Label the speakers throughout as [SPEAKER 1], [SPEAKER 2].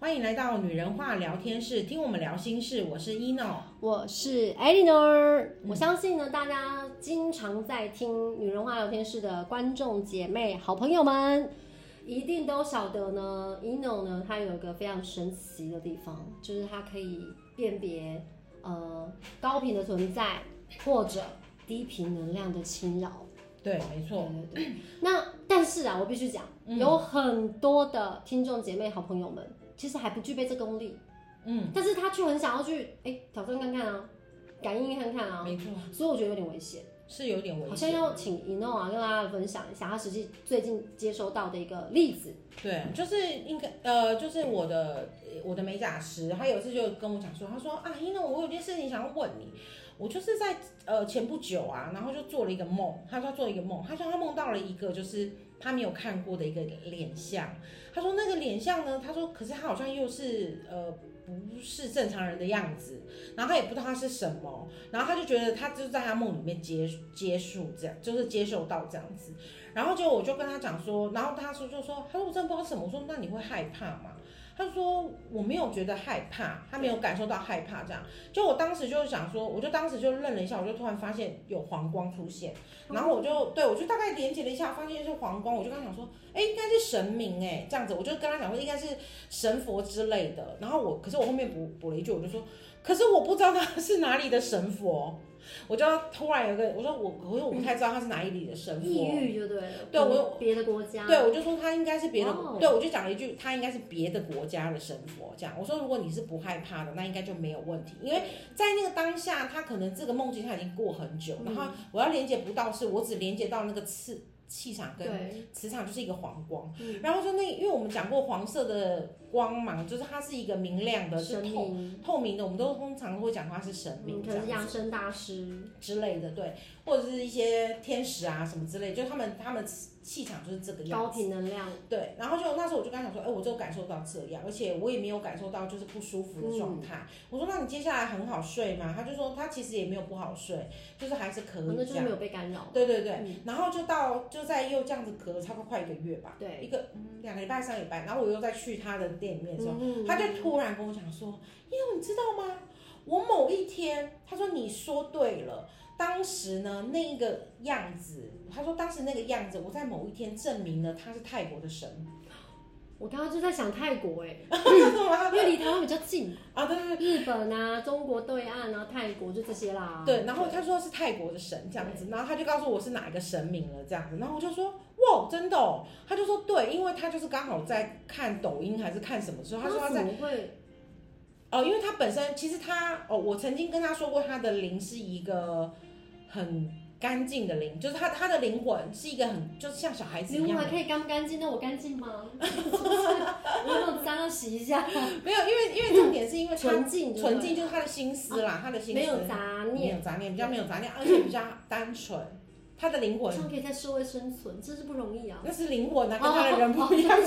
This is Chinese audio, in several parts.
[SPEAKER 1] 欢迎来到女人话聊天室，听我们聊心事。我是 ino，
[SPEAKER 2] 我是 Eleanor，、我相信呢，大家经常在听女人话聊天室的观众姐妹、好朋友们，一定都晓得呢，Eno 呢，它有一个非常神奇的地方，就是它可以辨别呃高频的存在或者低频能量的侵扰。
[SPEAKER 1] 对，嗯没错，
[SPEAKER 2] 对对对。 那但是啊，我必须讲，有很多的听众姐妹、好朋友们，其实还不具备这功力，
[SPEAKER 1] 嗯，
[SPEAKER 2] 但是他却很想要去哎、挑战看看啊，感应看看啊，
[SPEAKER 1] 没错，
[SPEAKER 2] 所以我觉得有点危险，
[SPEAKER 1] 是有点危险，
[SPEAKER 2] 好像要请一诺啊跟大家分享一下他实际最近接收到的一个例子，
[SPEAKER 1] 对，就是应该呃，就是我的我的美甲师，他有一次就跟我讲说，他说啊，因为我有件事情想要问你，我就是在呃前不久啊，然后就做了一个梦，他说他做了一个梦，他说他梦到了一个就是他没有看过的一个脸相，他说那个脸相呢，他说可是他好像又是呃。不是正常人的样子，然后他也不知道他是什么，然后他就觉得他就在他梦里面接接触这样，就是接受到这样子，然后结果我就跟他讲说，然后他说就说，他说我真的不知道什么，我说那你会害怕吗？他说我没有觉得害怕，他没有感受到害怕这样。就我当时就想说，我就当时就愣了一下，我就突然发现有黄光出现，
[SPEAKER 2] 哦
[SPEAKER 1] 然后我就对我就大概连接了一下，发现是黄光，我就跟他讲说，哎，应该是神明哎、这样子，我就跟他讲说应该是神佛之类的。然后我可是我后面补补了一句，我就说，可是我不知道他 是哪里的神佛。我就突然有一个，我说我，我说我不太知道他是哪里的神佛，
[SPEAKER 2] 抑郁就对了，
[SPEAKER 1] 对我
[SPEAKER 2] 有别的国家，
[SPEAKER 1] 对，我就说他应该是别的国
[SPEAKER 2] 啊哦
[SPEAKER 1] 对我就讲了一句，他应该是别的国家的神佛这样。我说如果你是不害怕的，那应该就没有问题，因为在那个当下，他可能这个梦境他已经过很久，然
[SPEAKER 2] 嗯
[SPEAKER 1] 后我要连接不到是，我只连接到那个次气场跟
[SPEAKER 2] 对，嗯
[SPEAKER 1] 磁场就是一个黄光，然后就那因为我们讲过黄色的光芒，就是它是一个明亮的，是
[SPEAKER 2] 神
[SPEAKER 1] 透
[SPEAKER 2] 明，
[SPEAKER 1] 透明的，我们都通常会讲它是神明
[SPEAKER 2] 嗯，
[SPEAKER 1] 这样
[SPEAKER 2] 可能
[SPEAKER 1] 子
[SPEAKER 2] 是。养生大师，
[SPEAKER 1] 之类的，对，或者是一些天使啊什么之类，就他们他们气场就是这个样子。
[SPEAKER 2] 高频能量，
[SPEAKER 1] 对，然后就那时候我就跟他讲说，哎、我就感受到这样，而且我也没有感受到就是不舒服的
[SPEAKER 2] 嗯
[SPEAKER 1] 状态。我说那你接下来很好睡吗？他就说他其实也没有不好睡，就是还是可
[SPEAKER 2] 哦那
[SPEAKER 1] 以
[SPEAKER 2] 就
[SPEAKER 1] 这
[SPEAKER 2] 是
[SPEAKER 1] 样。
[SPEAKER 2] 没有被干扰，
[SPEAKER 1] 对对对，
[SPEAKER 2] 嗯
[SPEAKER 1] 然后就到就在又这样子隔了差不多快一个月吧，
[SPEAKER 2] 对，
[SPEAKER 1] 一个嗯两个礼拜三个礼拜，然后我又再去他的店里面的时候，
[SPEAKER 2] 嗯
[SPEAKER 1] 他就突然跟我讲说，因为你知道吗？我某一天，他说你说对了。当时呢，那个样子，他说当时那个样子，我在某一天证明了他是泰国的神。
[SPEAKER 2] 我刚刚就在想泰国哎、
[SPEAKER 1] 真的吗？
[SPEAKER 2] 因为离台湾比较近，
[SPEAKER 1] 啊，对对对
[SPEAKER 2] 日本啊、中国对岸啊、泰国就这些 啦。
[SPEAKER 1] 对，然后他说是泰国的神这样子，然后他就告诉我是哪一个神明了这样子，然后我就说哇，真的哦，他就说对，因为他就是刚好在看抖音还是看什么时候，他说他
[SPEAKER 2] 他
[SPEAKER 1] 在
[SPEAKER 2] 怎么会？
[SPEAKER 1] 哦、因为他本身其实他哦，我曾经跟他说过，他的灵是一个很干净的灵，就是他他的灵魂是一个很就是像小孩子一
[SPEAKER 2] 灵
[SPEAKER 1] 样
[SPEAKER 2] 魂
[SPEAKER 1] 的，
[SPEAKER 2] 可以干不干净？那我干 净吗？我有没有脏要洗一下？
[SPEAKER 1] 没有，因为因为重点是因为他
[SPEAKER 2] 纯净，
[SPEAKER 1] 纯净，就是他的心思啦，他的
[SPEAKER 2] 对不
[SPEAKER 1] 心
[SPEAKER 2] 对，
[SPEAKER 1] 思嗯
[SPEAKER 2] 没有杂
[SPEAKER 1] 没
[SPEAKER 2] 念，
[SPEAKER 1] 有杂念，比较没有杂念，而且比较单纯，他的灵
[SPEAKER 2] 好
[SPEAKER 1] 魂
[SPEAKER 2] 像可以在社会生存，真是不容易啊。哦
[SPEAKER 1] 那是灵魂啊，跟他的人不一样。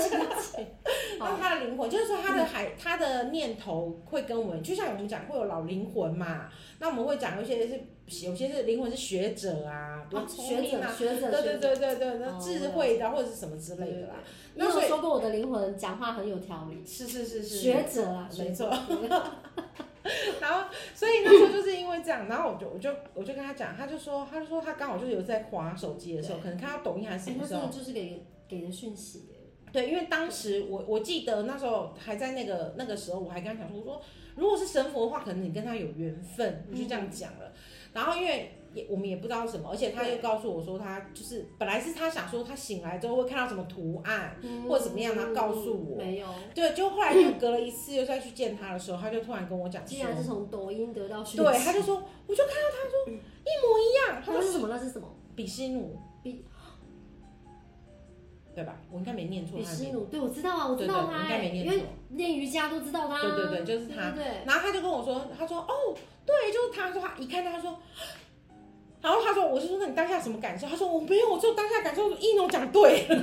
[SPEAKER 1] 那
[SPEAKER 2] 好，
[SPEAKER 1] 他的灵魂就是说他的海，他的念头会跟我们，就像我们讲会有老灵魂嘛，那我们会讲有些是有些是灵魂是学者啊，比如
[SPEAKER 2] 哦学
[SPEAKER 1] 聪明
[SPEAKER 2] 者，
[SPEAKER 1] 啊，
[SPEAKER 2] 学
[SPEAKER 1] 对
[SPEAKER 2] 者，
[SPEAKER 1] 对
[SPEAKER 2] 学者
[SPEAKER 1] 对对对，
[SPEAKER 2] 哦
[SPEAKER 1] 那智慧的或者是什么之类的啦。
[SPEAKER 2] 你
[SPEAKER 1] 那
[SPEAKER 2] 有
[SPEAKER 1] 所以
[SPEAKER 2] 说过我的灵魂讲话很有条理，
[SPEAKER 1] 是是是是，
[SPEAKER 2] 学者啊，
[SPEAKER 1] 没
[SPEAKER 2] 学
[SPEAKER 1] 错
[SPEAKER 2] 者。
[SPEAKER 1] 然后，所以那时候就是因为这样，然后我就我就我就跟他讲，他就说他就说他刚好就是有在划手机的时候，可能看到抖音还是什
[SPEAKER 2] 哎
[SPEAKER 1] 么
[SPEAKER 2] 那
[SPEAKER 1] 时
[SPEAKER 2] 真
[SPEAKER 1] 候
[SPEAKER 2] 的，就是给给人讯息耶。
[SPEAKER 1] 对，因为当时我我记得那时候还在那个那个时候，我还跟他讲说，我说如果是神佛的话，可能你跟他有缘分，我就这
[SPEAKER 2] 嗯
[SPEAKER 1] 样讲了。然后因为也我们也不知道什么，而且他又告诉我说他就是本来是他想说他醒来之后会看到什么图案，
[SPEAKER 2] 嗯
[SPEAKER 1] 或者怎么样他告诉我
[SPEAKER 2] 没有，
[SPEAKER 1] 对，就后来又隔了一次又再去见他的时候，他就突然跟我讲
[SPEAKER 2] 既
[SPEAKER 1] 说，
[SPEAKER 2] 然是从抖音得到讯息，
[SPEAKER 1] 对，他就说我就看到他说
[SPEAKER 2] 嗯
[SPEAKER 1] 一模一样，他
[SPEAKER 2] 那
[SPEAKER 1] 说
[SPEAKER 2] 是什么？那是什么？
[SPEAKER 1] 比西努
[SPEAKER 2] 嗯比
[SPEAKER 1] 对吧？我应该没念错
[SPEAKER 2] 比
[SPEAKER 1] 他的
[SPEAKER 2] 西
[SPEAKER 1] 名字，
[SPEAKER 2] 努，对我知道啊，我
[SPEAKER 1] 对对，
[SPEAKER 2] 知道
[SPEAKER 1] 我
[SPEAKER 2] 他
[SPEAKER 1] 应该
[SPEAKER 2] 欸，
[SPEAKER 1] 没
[SPEAKER 2] 因
[SPEAKER 1] 念
[SPEAKER 2] 为
[SPEAKER 1] 错。
[SPEAKER 2] 练瑜伽都知道他，啊
[SPEAKER 1] 对对对就是他
[SPEAKER 2] 对对
[SPEAKER 1] 然后他就跟我说，他说哦，对，就是他说他一看到他说， 然后他说我就说那你当下什么感受？他说我没有，我就当下感受一诺讲对 了。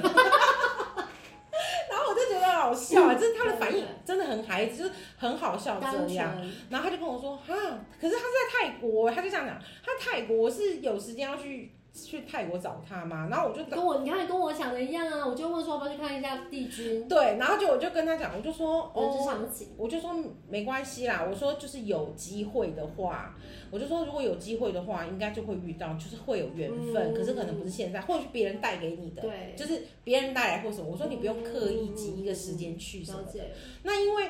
[SPEAKER 1] 然后我就觉得好笑啊，就是他的反应
[SPEAKER 2] 嗯对对
[SPEAKER 1] 真的很孩子，就是很好笑
[SPEAKER 2] 对
[SPEAKER 1] 这
[SPEAKER 2] 单
[SPEAKER 1] 样。
[SPEAKER 2] 纯，
[SPEAKER 1] 然后他就跟我说哈，可是他是在泰国，他就这样讲，他泰国是有时间要去去泰国找他吗？然后我就
[SPEAKER 2] 跟我你看跟我想的一样啊，我就问说要不要去看一下帝君，
[SPEAKER 1] 对，然后就我就跟他讲，我就说
[SPEAKER 2] 人之
[SPEAKER 1] 哦，
[SPEAKER 2] 常情。
[SPEAKER 1] 我就说没关系啦，我说就是有机会的话，我就说如果有机会的话，应该就会遇到，就是会有缘分，
[SPEAKER 2] 嗯
[SPEAKER 1] 可是可能不是现在，或许别人带给你的，
[SPEAKER 2] 对，
[SPEAKER 1] 就是别人带来或什么。我说你不用刻意挤一个时间去什么
[SPEAKER 2] 了
[SPEAKER 1] 的。
[SPEAKER 2] 解。
[SPEAKER 1] 那因为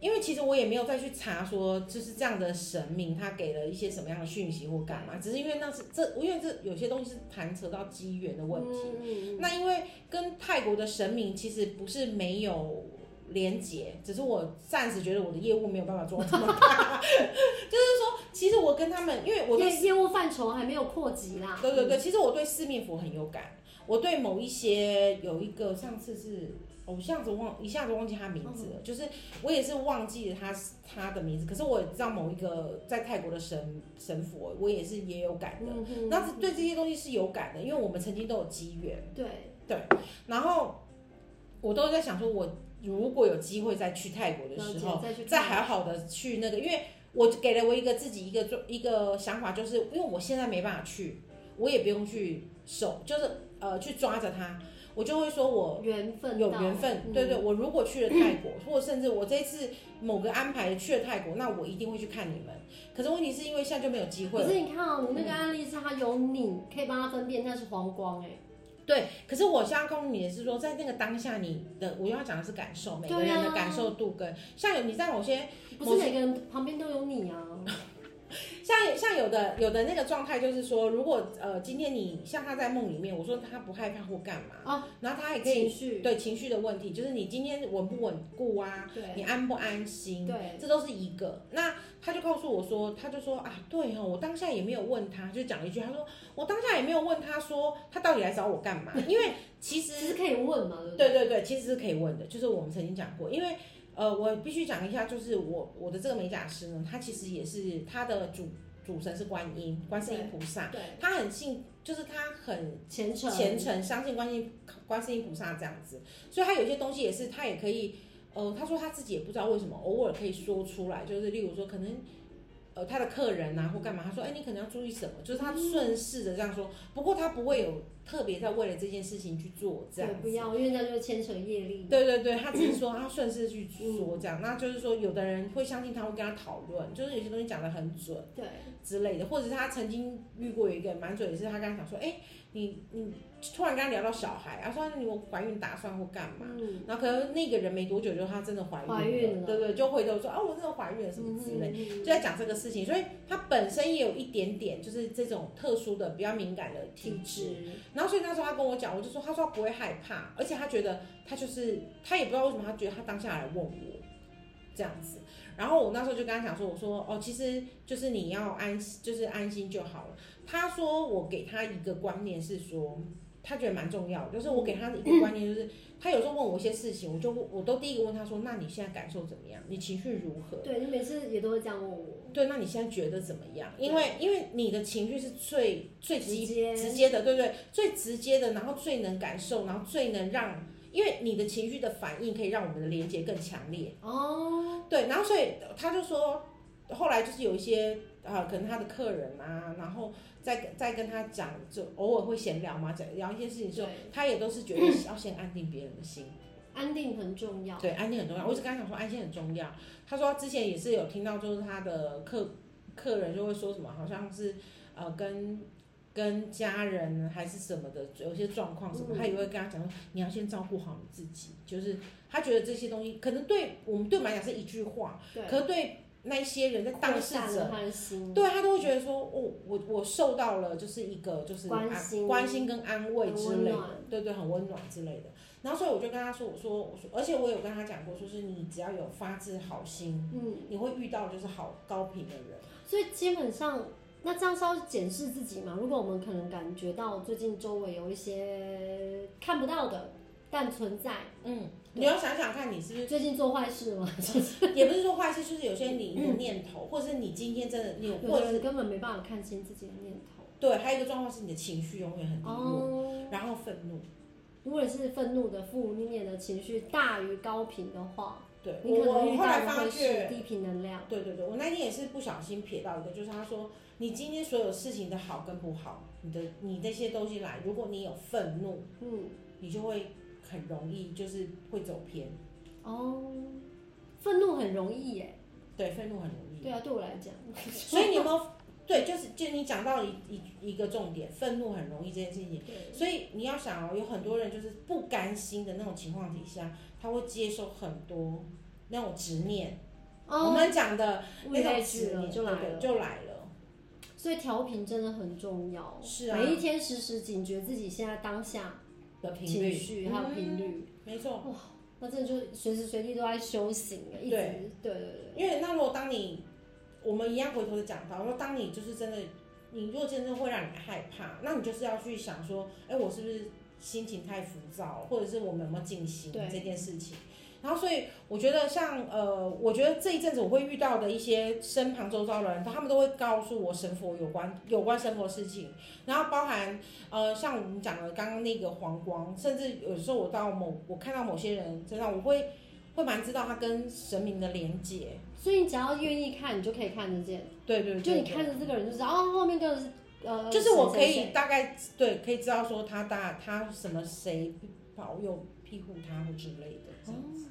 [SPEAKER 1] 因为其实我也没有再去查说，就是这样的神明他给了一些什么样的讯息或干嘛，只是因为那是这，因为这有些东西是谈扯到机缘的问题。
[SPEAKER 2] 嗯嗯
[SPEAKER 1] 那因为跟泰国的神明其实不是没有。连结，只是我暂时觉得我的业务没有办法做到这么大， 就是说，其实我跟他们，因为我
[SPEAKER 2] 嗯
[SPEAKER 1] 对
[SPEAKER 2] 业业务范畴还没有扩及啦。
[SPEAKER 1] 对对对，其实我对四面佛很有感，我对某一些有一个上次是，哦我一下子忘一下子忘记他名字了，就是我也是忘记了他是他的名字，可是我也知道某一个在泰国的神神佛，我也是也有感的。
[SPEAKER 2] 嗯哼
[SPEAKER 1] 那是对这些东西是有感的，因为我们曾经都有机缘，
[SPEAKER 2] 对，
[SPEAKER 1] 然后我都在想说，我如果有机会再去泰国的
[SPEAKER 2] 了
[SPEAKER 1] 时
[SPEAKER 2] 解
[SPEAKER 1] 候，
[SPEAKER 2] 再去
[SPEAKER 1] 再
[SPEAKER 2] 看。
[SPEAKER 1] 好好的去那个，因为我给了我一个自己一个做一个想法，就是因为我现在没办法去，我也不用去守，就是呃去抓着它，我就会说我
[SPEAKER 2] 缘分
[SPEAKER 1] 有
[SPEAKER 2] 到
[SPEAKER 1] 缘分，
[SPEAKER 2] 嗯
[SPEAKER 1] 对对，我如果去了泰国，或者甚至我这次某个安排去了泰国，那我一定会去看你们。可是问题是因为现在就没有机会
[SPEAKER 2] 可
[SPEAKER 1] 了，
[SPEAKER 2] 是你看哦，你那个案例是他有你可以帮他分辨，那是黄光哎、
[SPEAKER 1] 对。可是我现在告诉你也是说，在那个当下你的，我要讲的是感受，每个
[SPEAKER 2] 对啊
[SPEAKER 1] 人的感受度跟、像有你在某些
[SPEAKER 2] 不是每个人旁边都有你啊。
[SPEAKER 1] 像像有的有的那个状态就是说，如果呃今天你像他在梦里面，我说他不害怕或干嘛，
[SPEAKER 2] 哦
[SPEAKER 1] 然后他也可以
[SPEAKER 2] 情绪
[SPEAKER 1] 对情绪的问题，就是你今天稳不稳固啊，
[SPEAKER 2] 对
[SPEAKER 1] 你安不安心，
[SPEAKER 2] 对
[SPEAKER 1] 这都是一个。那他就告诉我说，他就说啊，对哦，我当下也没有问他，就讲了一句，他说我当下也没有问他说他到底来找我干嘛，因为其实
[SPEAKER 2] 其实可以问嘛，对不对？
[SPEAKER 1] 对对对，其实是可以问的，就是我们曾经讲过，因为呃，我必须讲一下，就是我我的这个美甲师呢，他其实也是他的主主神是观音，观世音菩萨，
[SPEAKER 2] 对，
[SPEAKER 1] 他很信，就是他很
[SPEAKER 2] 虔诚
[SPEAKER 1] 虔诚，相信观世音观世音菩萨这样子，所以他有些东西也是他也可以，呃，他说他自己也不知道为什么，偶尔可以说出来，就是例如说可能。呃，他的客人啊，或干嘛，他说，哎、你可能要注意什么，就是他顺势的这样说，不过他不会有特别在为了这件事情去做这样
[SPEAKER 2] 对，
[SPEAKER 1] 子，
[SPEAKER 2] 不要，因为那就牵扯业力。
[SPEAKER 1] 对对对，他只是说他顺势去说这样，那就是说有的人会相信他，会跟他讨论，就是有些东西讲的很准
[SPEAKER 2] 对，
[SPEAKER 1] 之类的，或者是他曾经遇过有一个蛮准，也是他跟他讲说，哎、你你突然跟他聊到小孩，他说你我怀孕打算或干嘛，
[SPEAKER 2] 嗯，
[SPEAKER 1] 然后可能那个人没多久就他真的怀孕了，
[SPEAKER 2] 怀孕了
[SPEAKER 1] 对对，就回头说啊我真的怀孕了什么
[SPEAKER 2] 嗯
[SPEAKER 1] 之类的。就
[SPEAKER 2] 类，
[SPEAKER 1] 在讲这个事情，所以他本身也有一点点就是这种特殊的、比较敏感的体
[SPEAKER 2] 体
[SPEAKER 1] 质，
[SPEAKER 2] 质，
[SPEAKER 1] 然后所以那时候他跟我讲，我就说，他说他不会害怕，而且他觉得他就是他也不知道为什么，他觉得他当下来问我这样子。然后我那时候就跟他讲说，我说哦，其实就是你要安，就是安心就好了。他说我给他一个观念是说，他觉得蛮重要的，就是我给他的一个观念就是，他有时候问我一些事情，我就我都第一个问他说，那你现在感受怎么样？你情绪如何？
[SPEAKER 2] 对你每次也都会这样问我，
[SPEAKER 1] 对，那你现在觉得怎么样？因为因为你的情绪是最最基
[SPEAKER 2] 直接
[SPEAKER 1] 直接的，对不对？最直接的，然后最能感受，然后最能让，因为你的情绪的反应可以让我们的连接更强烈。
[SPEAKER 2] 哦，
[SPEAKER 1] 对，然后所以他就说，后来就是有一些啊、呃可能他的客人啊，然后再跟再跟他讲，就偶尔会闲聊嘛，讲聊一些事情的时候，
[SPEAKER 2] 对，
[SPEAKER 1] 他也都是觉得要先安定别人的心。
[SPEAKER 2] 安定很重要，
[SPEAKER 1] 对，安静很重要。我一直跟他讲说安静很重要。他说之前也是有听到，就是他的客客人就会说什么，好像是呃跟跟家人还是什么的，有些状况什么，
[SPEAKER 2] 嗯
[SPEAKER 1] 他也会跟他讲说你要先照顾好你自己。就是他觉得这些东西可能对我们对我们来讲是一句话，
[SPEAKER 2] 对，
[SPEAKER 1] 可是对那一些人在当
[SPEAKER 2] 扩
[SPEAKER 1] 事
[SPEAKER 2] 散了
[SPEAKER 1] 者。
[SPEAKER 2] 他的心，
[SPEAKER 1] 对他都会觉得说，哦，我我受到了就是一个就是
[SPEAKER 2] 关
[SPEAKER 1] 安
[SPEAKER 2] 心
[SPEAKER 1] 关心跟安慰
[SPEAKER 2] 很
[SPEAKER 1] 之
[SPEAKER 2] 温
[SPEAKER 1] 类的
[SPEAKER 2] 暖，
[SPEAKER 1] 对对，很温暖之类的。然后所以我就跟他说，我说我说，而且我有跟他讲过，说是你只要有发自好心，
[SPEAKER 2] 嗯，
[SPEAKER 1] 你会遇到就是好高频的人。
[SPEAKER 2] 所以基本上，那这样是要检视自己嘛？如果我们可能感觉到最近周围有一些看不到的，但存在，
[SPEAKER 1] 嗯，你要想想看，你是不
[SPEAKER 2] 最近做坏事了吗？就是
[SPEAKER 1] 是也不是说坏事，就是有些你的念头，或者是你今天真的你有，
[SPEAKER 2] 有
[SPEAKER 1] 或
[SPEAKER 2] 的
[SPEAKER 1] 者
[SPEAKER 2] 人
[SPEAKER 1] 是
[SPEAKER 2] 根本没办法看清自己的念头。
[SPEAKER 1] 对，还有一个状况是你的情绪永远很低落，
[SPEAKER 2] 哦，
[SPEAKER 1] 然后愤怒，
[SPEAKER 2] 如果你是愤怒的、负面的情绪大于高频的话，
[SPEAKER 1] 对，
[SPEAKER 2] 你可
[SPEAKER 1] 我
[SPEAKER 2] 能
[SPEAKER 1] 我
[SPEAKER 2] 遇
[SPEAKER 1] 后
[SPEAKER 2] 到
[SPEAKER 1] 来
[SPEAKER 2] 的
[SPEAKER 1] 发
[SPEAKER 2] 会是
[SPEAKER 1] 觉，
[SPEAKER 2] 低频能量。
[SPEAKER 1] 对对对，我那天也是不小心瞥到一个，就是他说你今天所有事情的好跟不好，你的你这些东西来，如果你有愤怒，
[SPEAKER 2] 嗯，
[SPEAKER 1] 你就会很容易就是会走偏，
[SPEAKER 2] 哦，愤怒很容易耶。
[SPEAKER 1] 对，愤怒很容易。
[SPEAKER 2] 对啊，对我来讲，
[SPEAKER 1] 所以你有没有？对，就是就你讲到一一一个重点，愤怒很容易这件事情。
[SPEAKER 2] 对
[SPEAKER 1] 所以你要想哦，有很多人就是不甘心的那种情况底下，他会接受很多那种执念。我
[SPEAKER 2] 哦，
[SPEAKER 1] 们讲的
[SPEAKER 2] 物
[SPEAKER 1] 那
[SPEAKER 2] 以类
[SPEAKER 1] 种
[SPEAKER 2] 聚
[SPEAKER 1] 执
[SPEAKER 2] 了
[SPEAKER 1] 念
[SPEAKER 2] 就来
[SPEAKER 1] 对
[SPEAKER 2] 了
[SPEAKER 1] 对。就来了。
[SPEAKER 2] 所以调频真的很重要，
[SPEAKER 1] 是啊
[SPEAKER 2] 每一天时时警觉自己现在当下
[SPEAKER 1] 的频
[SPEAKER 2] 情
[SPEAKER 1] 率，嗯
[SPEAKER 2] 绪还有频率，
[SPEAKER 1] 没错。
[SPEAKER 2] 那真的就随时随地都在修行，一直对
[SPEAKER 1] 对
[SPEAKER 2] 对对，
[SPEAKER 1] 因为那如果当你，我们一样回头的讲到，说当你就是真的，你如果真的会让你害怕，那你就是要去想说，哎、我是不是心情太浮躁了，或者是我们有没有静心
[SPEAKER 2] 对
[SPEAKER 1] 这件事情。然后，所以我觉得像呃，我觉得这一阵子我会遇到的一些身旁周遭的人，他们都会告诉我神佛有关有关神佛的事情，然后包含呃，像我们讲的刚刚那个黄光，甚至有时候我到某我看到某些人身上，我会会蛮知道他跟神明的连接，
[SPEAKER 2] 所以你只要愿意看，你就可以看得见，
[SPEAKER 1] 对对对，
[SPEAKER 2] 就你
[SPEAKER 1] 对哦
[SPEAKER 2] 看着这个人就知道，哦，后面跟的是呃，
[SPEAKER 1] 就是我可
[SPEAKER 2] 谁
[SPEAKER 1] 以
[SPEAKER 2] 谁
[SPEAKER 1] 大概对可以知道说他大他什么谁保佑庇护他或之类的这样子，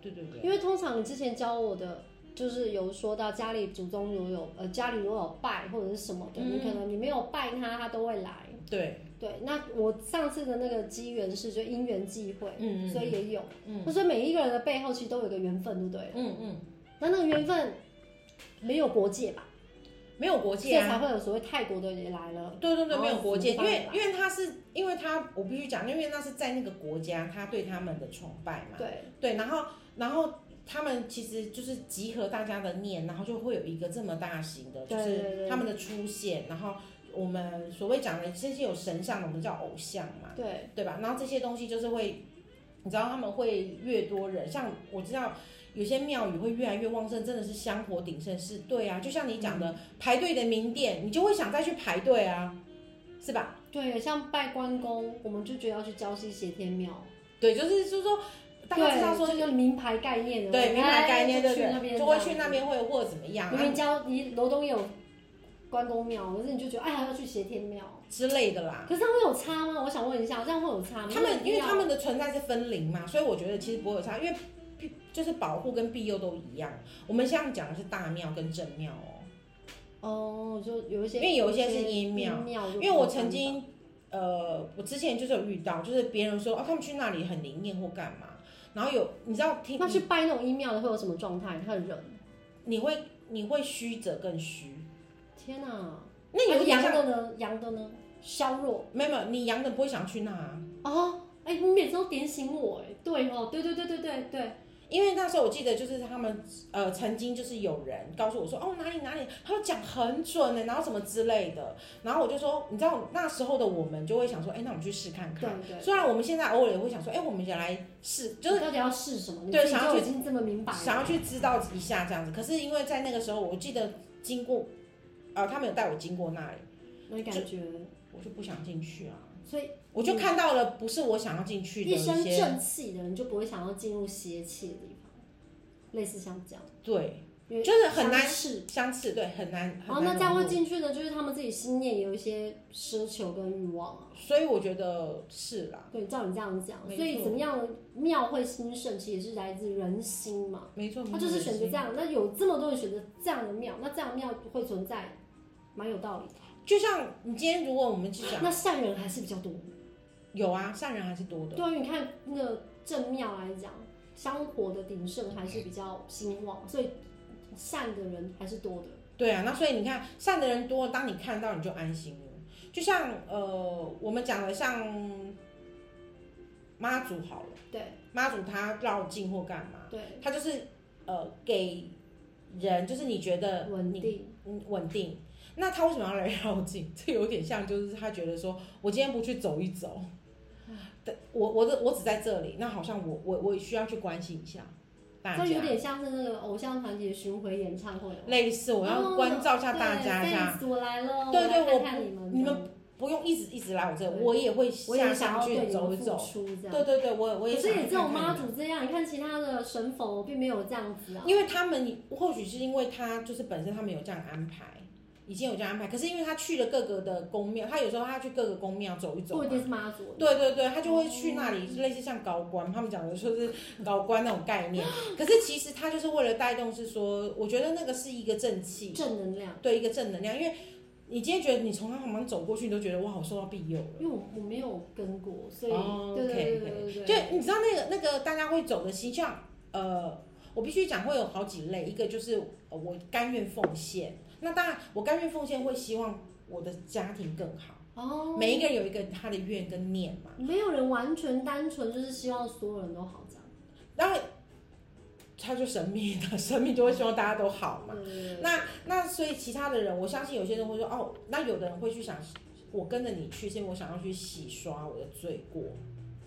[SPEAKER 1] 对对
[SPEAKER 2] 谁
[SPEAKER 1] 对，
[SPEAKER 2] 哦因为通常你之前教我的。就是有说到家里祖宗如果有呃家里如果有拜或者是什么的，
[SPEAKER 1] 嗯
[SPEAKER 2] 你可能你没有拜他，他都会来。
[SPEAKER 1] 对，
[SPEAKER 2] 对，那我上次的那个机缘是就因缘际会，
[SPEAKER 1] 嗯
[SPEAKER 2] 所以也有。
[SPEAKER 1] 嗯
[SPEAKER 2] 所以每一个人的背后其实都有一个缘分，对不对？
[SPEAKER 1] 嗯嗯，
[SPEAKER 2] 那那个缘分没有国界吧，
[SPEAKER 1] 没有国
[SPEAKER 2] 所
[SPEAKER 1] 界
[SPEAKER 2] 以才
[SPEAKER 1] 啊。
[SPEAKER 2] 会有所谓泰国的也来了。
[SPEAKER 1] 对对对，
[SPEAKER 2] 哦
[SPEAKER 1] 没有国界，
[SPEAKER 2] 怎
[SPEAKER 1] 因
[SPEAKER 2] 么办
[SPEAKER 1] 为因为他是，因为他我必须讲，因为那是在那个国家，他对他们的崇拜嘛，
[SPEAKER 2] 对，
[SPEAKER 1] 对，然后然后他们其实就是集合大家的念，然后就会有一个这么大型的，就
[SPEAKER 2] 对对
[SPEAKER 1] 是
[SPEAKER 2] 对
[SPEAKER 1] 他们的出现，然后我们所谓讲的这些有神像的，我们叫偶像嘛，
[SPEAKER 2] 对，
[SPEAKER 1] 对吧？然后这些东西就是会，你知道他们会越多人，像我知道有些庙宇会越来越旺盛，真的是香火鼎盛，是对啊。就像你
[SPEAKER 2] 嗯
[SPEAKER 1] 讲的，排队的名店，你就会想再去排队啊，是吧？
[SPEAKER 2] 对，像拜关公，我们就觉得要去礁溪斜天庙，
[SPEAKER 1] 对，就是就是说，大家知道说
[SPEAKER 2] 对，这个名牌概念的，
[SPEAKER 1] 对名牌概念，对不
[SPEAKER 2] 哎就去那边
[SPEAKER 1] 对？
[SPEAKER 2] 这样子，
[SPEAKER 1] 就会去那边会或者怎么样
[SPEAKER 2] 明明
[SPEAKER 1] 啊
[SPEAKER 2] 礁你楼东也有关公庙，可是你就觉得哎，还要去斜天庙，
[SPEAKER 1] 之类的啦。
[SPEAKER 2] 可是这样会有差吗？我想问一下，这样啊会有差吗？
[SPEAKER 1] 他们因
[SPEAKER 2] 一定
[SPEAKER 1] 为
[SPEAKER 2] 要
[SPEAKER 1] 他们的存在是分灵嘛，所以我觉得其实不会有差，因为庇就是保护跟庇佑都一样。我们现在讲的是大庙跟正庙哦。
[SPEAKER 2] 哦，就有一些，
[SPEAKER 1] 因为有一些是阴庙
[SPEAKER 2] 庙
[SPEAKER 1] 因
[SPEAKER 2] 就不
[SPEAKER 1] 为我
[SPEAKER 2] 一样
[SPEAKER 1] 曾
[SPEAKER 2] 吧
[SPEAKER 1] 经，呃，我之前就是有遇到，就是别人说哦，他们去那里很灵验或干嘛，然后有你知道听，嗯
[SPEAKER 2] 那去拜那种阴庙的会有什么状态？他的人，
[SPEAKER 1] 你会你会虚则更虚，
[SPEAKER 2] 天哪、
[SPEAKER 1] 那有
[SPEAKER 2] 啊
[SPEAKER 1] 点
[SPEAKER 2] 阳
[SPEAKER 1] 像
[SPEAKER 2] 的呢？阳的呢？削弱
[SPEAKER 1] 没有没有，你阳的不会想去那、啊，
[SPEAKER 2] 哦。哎、你每次都点醒我，哎，对哦，对对对对对对，
[SPEAKER 1] 因为那时候我记得就是他们呃曾经就是有人告诉我说哦哪里哪里，他们讲很准的、然后什么之类的，然后我就说你知道那时候的我们就会想说，哎，那我们去试看
[SPEAKER 2] 对
[SPEAKER 1] 看。
[SPEAKER 2] 对，
[SPEAKER 1] 虽然我们现在偶尔也会想说，哎，我们也来试，就是
[SPEAKER 2] 你到底要试什么？你
[SPEAKER 1] 对
[SPEAKER 2] 自己
[SPEAKER 1] 想要
[SPEAKER 2] 就已
[SPEAKER 1] 去
[SPEAKER 2] 经这么明白了，
[SPEAKER 1] 想要去知道一下这样子。可是因为在那个时候，我记得经过，呃，他们有带我经过那里，
[SPEAKER 2] 那感觉，
[SPEAKER 1] 我就不想进去啊。
[SPEAKER 2] 所以
[SPEAKER 1] 我就看到了不是我想要进去的
[SPEAKER 2] 一身
[SPEAKER 1] 些，
[SPEAKER 2] 正气的人就不会想要进入邪气的地方，类似像这样，
[SPEAKER 1] 对，
[SPEAKER 2] 因为
[SPEAKER 1] 就是很难
[SPEAKER 2] 相斥。
[SPEAKER 1] 相似，对，很难。很难
[SPEAKER 2] 然哦后那这样
[SPEAKER 1] 融
[SPEAKER 2] 会
[SPEAKER 1] 入
[SPEAKER 2] 进去的，就是他们自己心念也有一些奢求跟欲望啊。
[SPEAKER 1] 所以我觉得是啦，
[SPEAKER 2] 对，照你这样讲，
[SPEAKER 1] 没
[SPEAKER 2] 所以
[SPEAKER 1] 错
[SPEAKER 2] 怎么样庙会兴盛，其实是来自人心嘛。
[SPEAKER 1] 没错，
[SPEAKER 2] 他就是选择这样，那有这么多人选择这样的庙，那这样的庙会存在，蛮有道理的。
[SPEAKER 1] 就像你今天如果我们去讲，
[SPEAKER 2] 那善人还是比较多，
[SPEAKER 1] 有啊，善人还是多的，
[SPEAKER 2] 对啊，你看那个正庙来讲，香火的鼎盛还是比较兴旺，所以善的人还是多的。
[SPEAKER 1] 对啊，那所以你看，善的人多，当你看到你就安心了。就像呃，我们讲的像妈祖好了，
[SPEAKER 2] 对
[SPEAKER 1] 妈祖她绕境或干嘛，
[SPEAKER 2] 对，
[SPEAKER 1] 她就是呃给人，就是你觉得
[SPEAKER 2] 稳
[SPEAKER 1] 你
[SPEAKER 2] 定。
[SPEAKER 1] 嗯稳定。那她为什么要来绕境？ 这有点像，就是她觉得说，我今天不去走一走，
[SPEAKER 2] 嗯
[SPEAKER 1] 对我我的我只在这里，那好像我我我也需要去关心一下大
[SPEAKER 2] 这
[SPEAKER 1] 家，
[SPEAKER 2] 有点像是那个偶像团体的巡回演唱会哦，
[SPEAKER 1] 类似我要
[SPEAKER 2] 哦
[SPEAKER 1] 关照一下大
[SPEAKER 2] 对
[SPEAKER 1] 家一下。
[SPEAKER 2] fans，我来了，
[SPEAKER 1] 对对
[SPEAKER 2] 我来
[SPEAKER 1] 我
[SPEAKER 2] 看看你们，
[SPEAKER 1] 你
[SPEAKER 2] 们
[SPEAKER 1] 不用一直一直来我这，
[SPEAKER 2] 对
[SPEAKER 1] 我也会
[SPEAKER 2] 我也
[SPEAKER 1] 下
[SPEAKER 2] 想
[SPEAKER 1] 山
[SPEAKER 2] 要对
[SPEAKER 1] 去
[SPEAKER 2] 你
[SPEAKER 1] 走
[SPEAKER 2] 们
[SPEAKER 1] 一
[SPEAKER 2] 付
[SPEAKER 1] 走。
[SPEAKER 2] 出这样。
[SPEAKER 1] 对对对，我我也
[SPEAKER 2] 可是
[SPEAKER 1] 想
[SPEAKER 2] 也
[SPEAKER 1] 去
[SPEAKER 2] 只有
[SPEAKER 1] 看看
[SPEAKER 2] 妈祖这样，你看其他的神佛并没有这样子啊。
[SPEAKER 1] 因为他们或许是因为他就是本身他们有这样安排，已经有这样安排，可是因为他去了各个的宫庙，他有时候他去各个宫庙走一走
[SPEAKER 2] 不一
[SPEAKER 1] 嘛。
[SPEAKER 2] 定是妈祖，
[SPEAKER 1] 对对对，他就会去那里，类似像高官，他们讲的就是高官那种概 念。可是其实他就是为了带动，是说，我觉得那个是一个正气，
[SPEAKER 2] 正能量。
[SPEAKER 1] 对一个正能量，因为你今天觉得你从他旁边走过去，你都觉得哇，我受到庇佑了。
[SPEAKER 2] 因为我我没有跟过，所以、
[SPEAKER 1] 哦
[SPEAKER 2] 对对对
[SPEAKER 1] OK，OK
[SPEAKER 2] 对对
[SPEAKER 1] 就
[SPEAKER 2] 对。
[SPEAKER 1] 你知道那个那个大家会走的形象，呃，我必须讲会有好几类，一个就是呃我甘愿奉献，那当然我甘愿奉献会希望我的家庭更好，
[SPEAKER 2] 哦，
[SPEAKER 1] 每一个人有一个他的愿跟念嘛，
[SPEAKER 2] 没有人完全单纯就是希望所有人都好这样。
[SPEAKER 1] 当然他就神秘的，神秘就会希望大家都好嘛。
[SPEAKER 2] 对对对对
[SPEAKER 1] 那那所以其他的人，我相信有些人会说哦，那有的人会去想，我跟着你去，是因为我想要去洗刷我的罪过。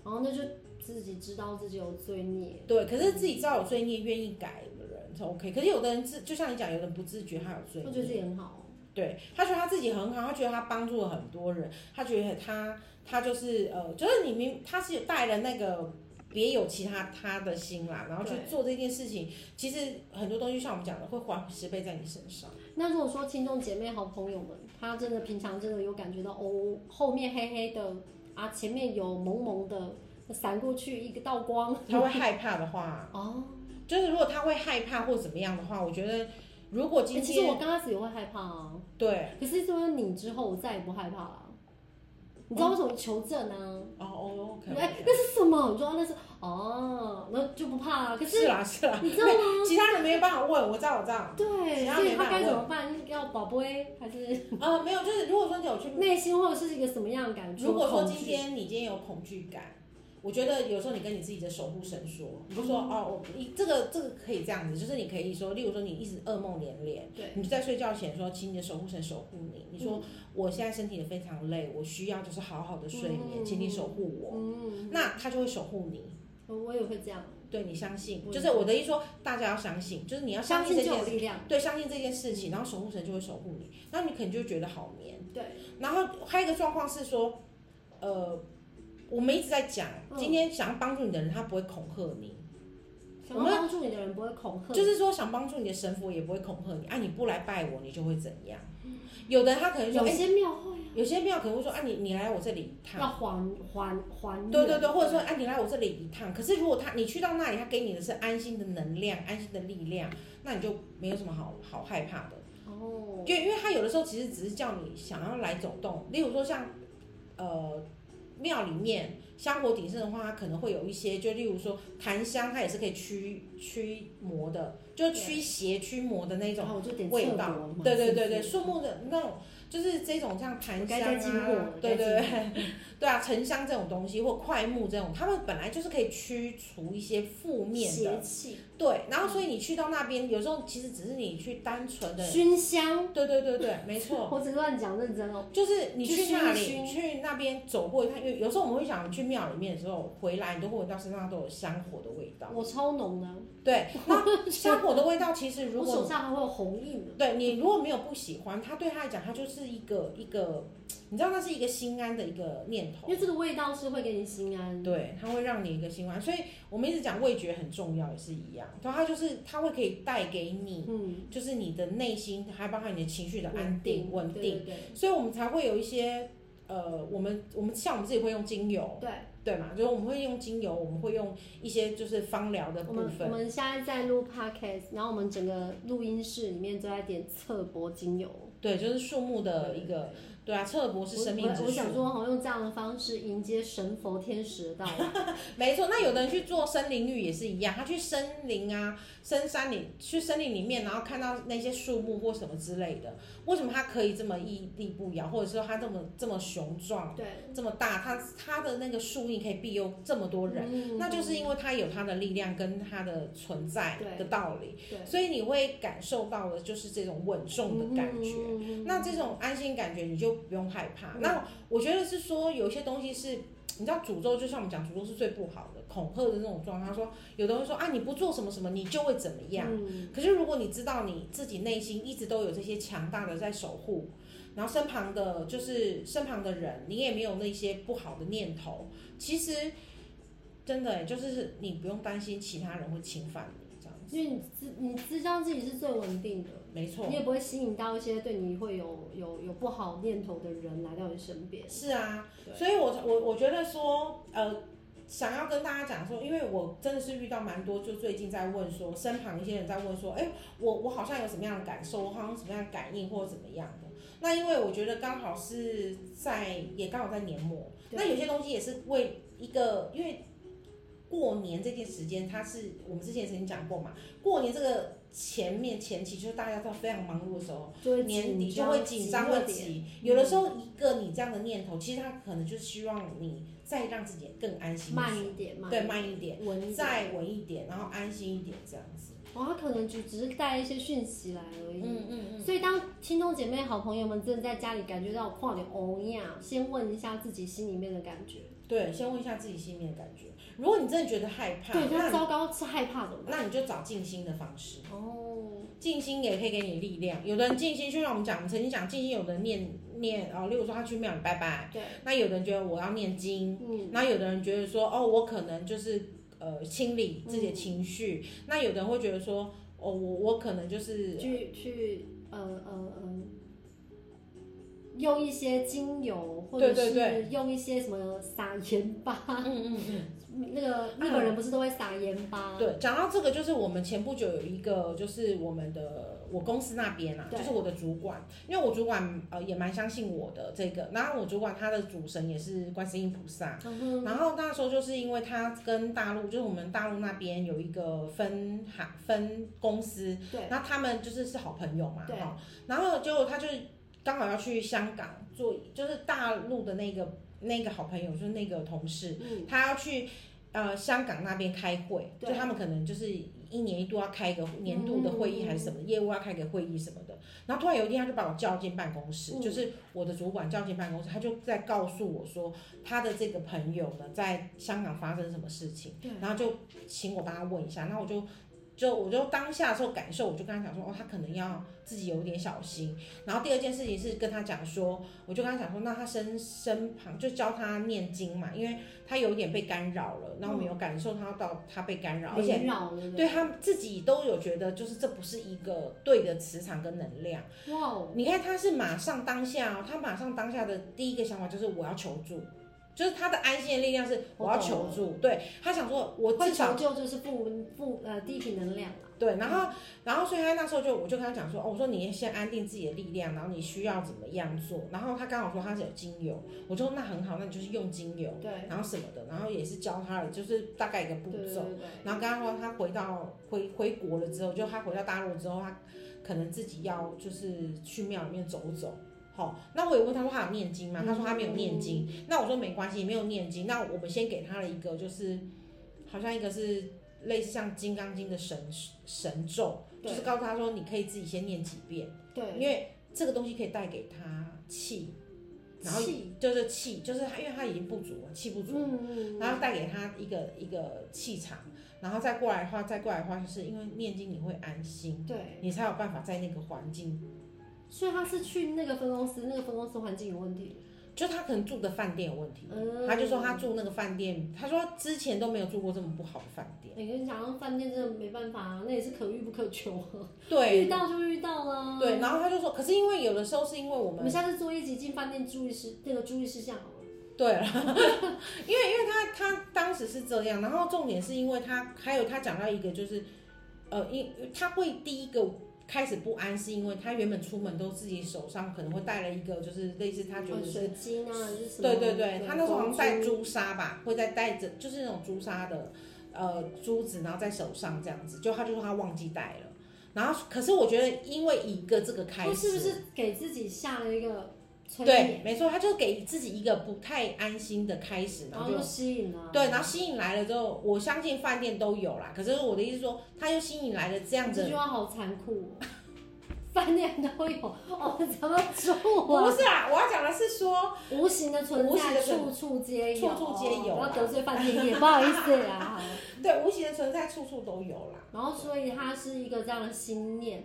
[SPEAKER 2] 然后那就自己知道自己有罪孽，
[SPEAKER 1] 对，可是自己知道有罪孽，愿意改的人是 OK。可是有的人自，就像你讲，有的人不自觉他有罪
[SPEAKER 2] 会觉得自
[SPEAKER 1] 孽，
[SPEAKER 2] 己很好。啊
[SPEAKER 1] 对他觉得他自己很好，他觉得他帮助了很多人，他觉得他他就是呃，就是你明他是带了那个别有其他他的心啦，然后去
[SPEAKER 2] 对
[SPEAKER 1] 做这件事情。其实很多东西像我们讲的，会还十倍在你身上。
[SPEAKER 2] 那如果说听众姐妹、好朋友们，他真的平常真的有感觉到哦，后面黑黑的啊，前面有蒙蒙的闪过去一个道光，
[SPEAKER 1] 他会害怕的话，
[SPEAKER 2] 哦、
[SPEAKER 1] 就是如果他会害怕或怎么样的话，我觉得如果今
[SPEAKER 2] 欸其实我
[SPEAKER 1] 天、
[SPEAKER 2] 刚开始也会害怕啊，
[SPEAKER 1] 对
[SPEAKER 2] 可是因为你之后，我再也不害怕了啊。你知道为什么求证啊？
[SPEAKER 1] 哦哦
[SPEAKER 2] 哎、
[SPEAKER 1] OK，
[SPEAKER 2] 那是什么？你知道那是哦，然后就不怕了。可是
[SPEAKER 1] 啊是啦是啦，
[SPEAKER 2] 你知道吗？
[SPEAKER 1] 其他人没有办法问，我知道我知 道。其
[SPEAKER 2] 对，
[SPEAKER 1] 他
[SPEAKER 2] 所以
[SPEAKER 1] 没
[SPEAKER 2] 他
[SPEAKER 1] 办法
[SPEAKER 2] 该怎么办？要宝贝还是
[SPEAKER 1] 呃，没有，就是如果说你有去，
[SPEAKER 2] 内心或者是一个什么样的感觉？
[SPEAKER 1] 如果说
[SPEAKER 2] 恐惧
[SPEAKER 1] 今天你今天有恐惧感，我觉得有时候你跟你自己的守护神说，你就
[SPEAKER 2] 嗯
[SPEAKER 1] 说哦，我你这个这个可以这样子，就是你可以说，例如说你一直噩梦连连，
[SPEAKER 2] 对，嗯
[SPEAKER 1] 你就在睡觉前说，请你的守护神守护你，你说、我现在身体非常累，我需要就是好好的睡眠，
[SPEAKER 2] 嗯
[SPEAKER 1] 请你守护我，
[SPEAKER 2] 嗯，
[SPEAKER 1] 那他就会守护你。
[SPEAKER 2] 我也会这样，
[SPEAKER 1] 对你相信，
[SPEAKER 2] 我
[SPEAKER 1] 就是我的意思说，大家要相信，就是你要
[SPEAKER 2] 相信
[SPEAKER 1] 这
[SPEAKER 2] 就
[SPEAKER 1] 件
[SPEAKER 2] 有
[SPEAKER 1] 事，
[SPEAKER 2] 力量。
[SPEAKER 1] 对，相信这件事情，然后守护神就会守护你，那你可能就会觉得好眠。
[SPEAKER 2] 对，
[SPEAKER 1] 然后还有一个状况是说，呃，我们一直在讲，
[SPEAKER 2] 嗯
[SPEAKER 1] 今天想要帮助你的人，他不会恐吓你，
[SPEAKER 2] 想要帮助你的人不会恐吓，
[SPEAKER 1] 就是说想帮助你的神佛也不会恐吓你，啊，你不来拜我，你就会怎样？有的人他可能说，
[SPEAKER 2] 嗯有
[SPEAKER 1] 哎、
[SPEAKER 2] 些庙会啊
[SPEAKER 1] 有些庙可能会说，啊，你你来我这里一
[SPEAKER 2] 要
[SPEAKER 1] 趟。
[SPEAKER 2] 还还还愿。
[SPEAKER 1] 对对对，或者说，哎、你来我这里一趟。可是如果他你去到那里，他给你的是安心的能量、安心的力量，那你就没有什么好好害怕的。
[SPEAKER 2] 哦，
[SPEAKER 1] 因为因为他有的时候其实只是叫你想要来走动，例如说像呃庙里面香火鼎盛的话，它可能会有一些，就例如说檀香，它也是可以驱驱魔的，就是驱邪驱魔的那
[SPEAKER 2] 然
[SPEAKER 1] 种。
[SPEAKER 2] 后我就点
[SPEAKER 1] 味
[SPEAKER 2] 侧
[SPEAKER 1] 道
[SPEAKER 2] 国嘛
[SPEAKER 1] 对对
[SPEAKER 2] 哦是不
[SPEAKER 1] 对
[SPEAKER 2] 是
[SPEAKER 1] 对，树木的那种就是这种像檀
[SPEAKER 2] 我
[SPEAKER 1] 香
[SPEAKER 2] 该再经过
[SPEAKER 1] 啊
[SPEAKER 2] 了，
[SPEAKER 1] 对对
[SPEAKER 2] 该
[SPEAKER 1] 对，对啊，沉香这种东西或快木这种，他们本来就是可以驱除一些负面
[SPEAKER 2] 邪嗯
[SPEAKER 1] 的，
[SPEAKER 2] 气
[SPEAKER 1] 对。然后所以你去到那边，有时候其实只是你去单纯的
[SPEAKER 2] 熏香，
[SPEAKER 1] 对对对对，没错，
[SPEAKER 2] 我只是乱讲，认真哦。
[SPEAKER 1] 就是你去那
[SPEAKER 2] 去
[SPEAKER 1] 里
[SPEAKER 2] 熏一
[SPEAKER 1] 去那边走过一趟，因为有时候我们会想去庙里面的时候回来，你都会闻到身上都有香火的味道。
[SPEAKER 2] 我超浓的，
[SPEAKER 1] 对，那香火的味道其实如
[SPEAKER 2] 我手
[SPEAKER 1] 果
[SPEAKER 2] 上还会有红印的。
[SPEAKER 1] 对你如果没有不喜欢，它对他来讲，它就是一个一个，你知道那是一个心安的一个念头
[SPEAKER 2] 因为。这个味道是会给你心安，
[SPEAKER 1] 对，它会让你一个心安，所以我们一直讲味觉很重要，也是一样。然后它就是它会可以带给你，
[SPEAKER 2] 嗯，
[SPEAKER 1] 就是你的内心，还包含你的情绪的安定、稳定。
[SPEAKER 2] 对对
[SPEAKER 1] 所以我们才会有一些呃，我们我们像我们自己会用精油，
[SPEAKER 2] 对。
[SPEAKER 1] 对嘛？就是我们会用精油，我们会用一些就是芳疗的
[SPEAKER 2] 我
[SPEAKER 1] 部
[SPEAKER 2] 们我
[SPEAKER 1] 分。
[SPEAKER 2] 们现在在录 podcast，然后我们整个录音室里面都在点侧柏精油
[SPEAKER 1] 对，就是树木的一个，对啊，侧柏是生命
[SPEAKER 2] 我
[SPEAKER 1] 之
[SPEAKER 2] 我想
[SPEAKER 1] 树，
[SPEAKER 2] 说，好像用这样的方式迎接神佛天使的到 来。
[SPEAKER 1] 没错。那有的人去做森林浴也是一样，他去森林啊、深山里去森林里面，然后看到那些树木或什么之类的，为什么他可以这么屹立不摇，或者说他这么这么雄壮、
[SPEAKER 2] 对，
[SPEAKER 1] 这么大，他他的那个树荫可以庇佑这么多人？
[SPEAKER 2] 嗯
[SPEAKER 1] 那就是因为它有它的力量跟它的存在
[SPEAKER 2] 对
[SPEAKER 1] 的道理，
[SPEAKER 2] 对
[SPEAKER 1] 所以你会感受到的就是这种稳重的感觉。
[SPEAKER 2] 嗯
[SPEAKER 1] 那这种安心感觉你就不用害怕。
[SPEAKER 2] 嗯
[SPEAKER 1] 那我觉得是说有一些东西是。你知道诅咒，就像我们讲诅咒是最不好的，恐吓的那种状态。他说，有的人会说啊，你不做什么什么，你就会怎么样。
[SPEAKER 2] 嗯
[SPEAKER 1] 可是如果你知道你自己内心一直都有这些强大的在守护，然后身旁的就是身旁的人，你也没有那些不好的念头，其实真的、欸、就是你不用担心其他人会侵犯你这样子，
[SPEAKER 2] 因为你知你知道自己是最稳定的，
[SPEAKER 1] 没错
[SPEAKER 2] 你。也不会吸引到一些对你会有有有不好念头的人来到你身边。
[SPEAKER 1] 是啊，
[SPEAKER 2] 对
[SPEAKER 1] 所以我我我觉得说，呃，想要跟大家讲说，因为我真的是遇到蛮多，就最近在问说，身旁一些人在问说，哎、我我好像有什么样的感受，我好像有什么样的感应或者怎么样的。那因为我觉得刚好是在也刚好在年末，
[SPEAKER 2] 对
[SPEAKER 1] 那有些东西也是为一个因为。过年这件时间，它是我们之前曾经讲过嘛。过年这个前面前期，就是大家都非常忙碌的时候，
[SPEAKER 2] 就会
[SPEAKER 1] 年底
[SPEAKER 2] 紧
[SPEAKER 1] 就
[SPEAKER 2] 张
[SPEAKER 1] 会紧张，
[SPEAKER 2] 热
[SPEAKER 1] 会
[SPEAKER 2] 点
[SPEAKER 1] 急。有的时候，一个你这样的念头，其实他可能就是希望你再让自己更安心一
[SPEAKER 2] 慢
[SPEAKER 1] 些，
[SPEAKER 2] 一点，慢
[SPEAKER 1] 对，慢一点，
[SPEAKER 2] 稳一点。
[SPEAKER 1] 再稳一点，然后安心一点，这样子。
[SPEAKER 2] 哦，他可能就只是带一些讯息来而已。
[SPEAKER 1] 嗯嗯嗯，
[SPEAKER 2] 所以，当听众姐妹、好朋友们真的在家里感觉到跨点欧呀，先问一下自己心里面的感觉。
[SPEAKER 1] 对，先问一下自己心里面的感觉。如果你真的觉得害怕，
[SPEAKER 2] 对，他
[SPEAKER 1] 那你
[SPEAKER 2] 糟糕是害怕怎么办？
[SPEAKER 1] 那你就找静心的方式。
[SPEAKER 2] 哦，
[SPEAKER 1] 静心也可以给你力量。有的人静心，就像我们讲，我们曾经讲静心，有的人念念哦，例如说他去庙里拜拜，
[SPEAKER 2] 对，
[SPEAKER 1] 那有的人觉得我要念经，
[SPEAKER 2] 嗯，
[SPEAKER 1] 那有的人觉得说，哦，我可能就是呃清理自己的情绪，
[SPEAKER 2] 嗯
[SPEAKER 1] 那有的人会觉得说，哦，我我可能就是
[SPEAKER 2] 去去呃呃呃，用一些精油，或者
[SPEAKER 1] 对对对
[SPEAKER 2] 是用一些什么撒盐巴，
[SPEAKER 1] 嗯嗯
[SPEAKER 2] 那个日本人不是都会撒盐巴？
[SPEAKER 1] 对，讲到这个，就是我们前不久有一个，就是我们的我公司那边啊，
[SPEAKER 2] 对
[SPEAKER 1] 就是我的主管，因为我主管呃也蛮相信我的这个，然后我主管他的主神也是观世音菩萨，
[SPEAKER 2] 嗯哼，
[SPEAKER 1] 然后那时候就是因为他跟大陆，就是我们大陆那边有一个分行分公司，
[SPEAKER 2] 对，
[SPEAKER 1] 那他们就是是好朋友嘛，
[SPEAKER 2] 对
[SPEAKER 1] 哈。然后结果他就刚好要去香港做，就是大陆的那个那个好朋友，就是那个同事，
[SPEAKER 2] 嗯，
[SPEAKER 1] 他要去呃香港那边开会，
[SPEAKER 2] 对
[SPEAKER 1] 就他们可能就是一年一度要开一个年度的会议还是什么、业务要开个会议什么的。然后突然有一天他就把我叫进办公室，
[SPEAKER 2] 嗯
[SPEAKER 1] 就是我的主管叫进办公室，他就在告诉我说他的这个朋友呢在香港发生什么事情。
[SPEAKER 2] 对，
[SPEAKER 1] 然后就请我帮他问一下，那我就就我就当下的时候感受，我就跟他讲说，哦，他可能要自己有点小心。然后第二件事情是跟他讲说，我就跟他讲说，那他身身旁就教他念经嘛，因为他有点被干扰了，那我们有感受他到他被干扰，而且
[SPEAKER 2] 凌扰了，
[SPEAKER 1] 对他自己都有觉得，就是这不是一个对的磁场跟能量。
[SPEAKER 2] 对，哇哦，
[SPEAKER 1] 你看他是马上当下哦，他马上当下的第一个想法就是我要求助，就是他的安心的力量是我要求助，对他想说，我
[SPEAKER 2] 会
[SPEAKER 1] 至
[SPEAKER 2] 求
[SPEAKER 1] 少
[SPEAKER 2] 救就是负负呃低频能量啦，
[SPEAKER 1] 对，然后然后所以他那时候就我就跟他讲说，哦，我说你先安定自己的力量，然后你需要怎么样做，然后他刚好说他是有精油，我就说那很好，那你就是用精油，
[SPEAKER 2] 对，
[SPEAKER 1] 然后什么的，然后也是教他了，就是大概一个步
[SPEAKER 2] 对对
[SPEAKER 1] 骤。
[SPEAKER 2] 对对。
[SPEAKER 1] 然后刚刚说他回到回回国了之后，就他回到大陆之后，他可能自己要就是去庙里面走走。好、那我也问他说他有念经吗？他说他没有念
[SPEAKER 2] 嗯
[SPEAKER 1] 经。那我说没关系，没有念经。那我们先给他了一个就是好像一个是类似像《金刚经》的神神咒，
[SPEAKER 2] 对
[SPEAKER 1] 就是告诉他说你可以自己先念几遍，
[SPEAKER 2] 对，
[SPEAKER 1] 因为这个东西可以带给他气，然后
[SPEAKER 2] 气，
[SPEAKER 1] 就是气，就是他因为他已经不足了，气不足。
[SPEAKER 2] 嗯，
[SPEAKER 1] 然后带给他一个一个气场，然后再过来的话，再过来的话，就是因为念经你会安心，
[SPEAKER 2] 对，
[SPEAKER 1] 你才有办法在那个环境，
[SPEAKER 2] 所以他是去那个分公司，那个分公司环境有问题，
[SPEAKER 1] 就他可能住的饭店有问题，
[SPEAKER 2] 嗯，
[SPEAKER 1] 他就说他住那个饭店，他说之前都没有住过这么不好的饭店，
[SPEAKER 2] 你跟你讲，饭店真的没办法、啊那也是可遇不可求啊。遇
[SPEAKER 1] 对
[SPEAKER 2] 到就遇到啦。
[SPEAKER 1] 对，，然后他就说，可是因为有的时候是因为我
[SPEAKER 2] 我
[SPEAKER 1] 们
[SPEAKER 2] 们下次做一集进饭店注意事那个注意事项好了。
[SPEAKER 1] 对了，因为因为他他当时是这样，然后重点是因为他还有他讲到一个就是，呃，因他会第一个开始不安，是因为他原本出门都自己手上可能会带了一个就是类似他觉得
[SPEAKER 2] 哦
[SPEAKER 1] 是，
[SPEAKER 2] 水晶啊，还是什么？
[SPEAKER 1] 对对对，他那时候好像带
[SPEAKER 2] 珠
[SPEAKER 1] 朱砂吧，会再带着就是那种朱砂的呃珠子，然后在手上这样子，就他就说他忘记带了，然后可是我觉得因为一个这个开
[SPEAKER 2] 他
[SPEAKER 1] 始，
[SPEAKER 2] 是不是给自己下了一个催
[SPEAKER 1] 对
[SPEAKER 2] 眠，，
[SPEAKER 1] 没错，他就给自己一个不太安心的开始，然
[SPEAKER 2] 然
[SPEAKER 1] 后
[SPEAKER 2] 后
[SPEAKER 1] 就
[SPEAKER 2] 就吸引了？啊
[SPEAKER 1] 对，然后吸引来了之后，我相信饭店都有啦。可是我的意思说，他又吸引来了这样
[SPEAKER 2] 这
[SPEAKER 1] 子，
[SPEAKER 2] 句话好残酷哦。饭店都有，哦，怎么住
[SPEAKER 1] 不
[SPEAKER 2] 啊？
[SPEAKER 1] 是啦，我要讲的是说，
[SPEAKER 2] 无形的存
[SPEAKER 1] 无形
[SPEAKER 2] 在，
[SPEAKER 1] 的存
[SPEAKER 2] 处处皆有，
[SPEAKER 1] 处处皆有啊
[SPEAKER 2] 不要得罪饭店业，不好意思啦。
[SPEAKER 1] 对无形的存在处处都有啦。
[SPEAKER 2] 然后，所以它是一个这样的心念，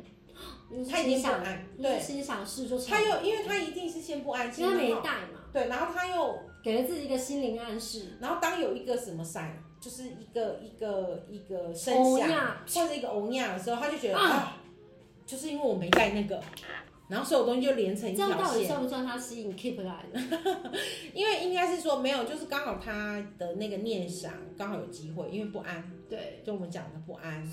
[SPEAKER 2] 就是
[SPEAKER 1] 他已经
[SPEAKER 2] 心
[SPEAKER 1] 不
[SPEAKER 2] 想，
[SPEAKER 1] 安，
[SPEAKER 2] 就
[SPEAKER 1] 对
[SPEAKER 2] 是，心想事就成
[SPEAKER 1] 他
[SPEAKER 2] 了，
[SPEAKER 1] 又因为他一定是先不安
[SPEAKER 2] 因
[SPEAKER 1] 心，
[SPEAKER 2] 为他没
[SPEAKER 1] 然后
[SPEAKER 2] 带嘛，
[SPEAKER 1] 对，然后他又
[SPEAKER 2] 给了自己一个心灵暗示。
[SPEAKER 1] 然后当有一个什么闪，就是一个一个一个声
[SPEAKER 2] 欧
[SPEAKER 1] 响，
[SPEAKER 2] 亚，
[SPEAKER 1] 或者一个欧亚的时候，他就觉得
[SPEAKER 2] 哦啊
[SPEAKER 1] 啊，就是因为我没带那个，然后所有东西就连成
[SPEAKER 2] 这
[SPEAKER 1] 一
[SPEAKER 2] 样
[SPEAKER 1] 条
[SPEAKER 2] 到底
[SPEAKER 1] 线。
[SPEAKER 2] 算不算他吸引 keep 来 的？
[SPEAKER 1] 因为应该是说没有，就是刚好他的那个念想刚好有机会，因为不安，
[SPEAKER 2] 对，
[SPEAKER 1] 就我们讲的不安。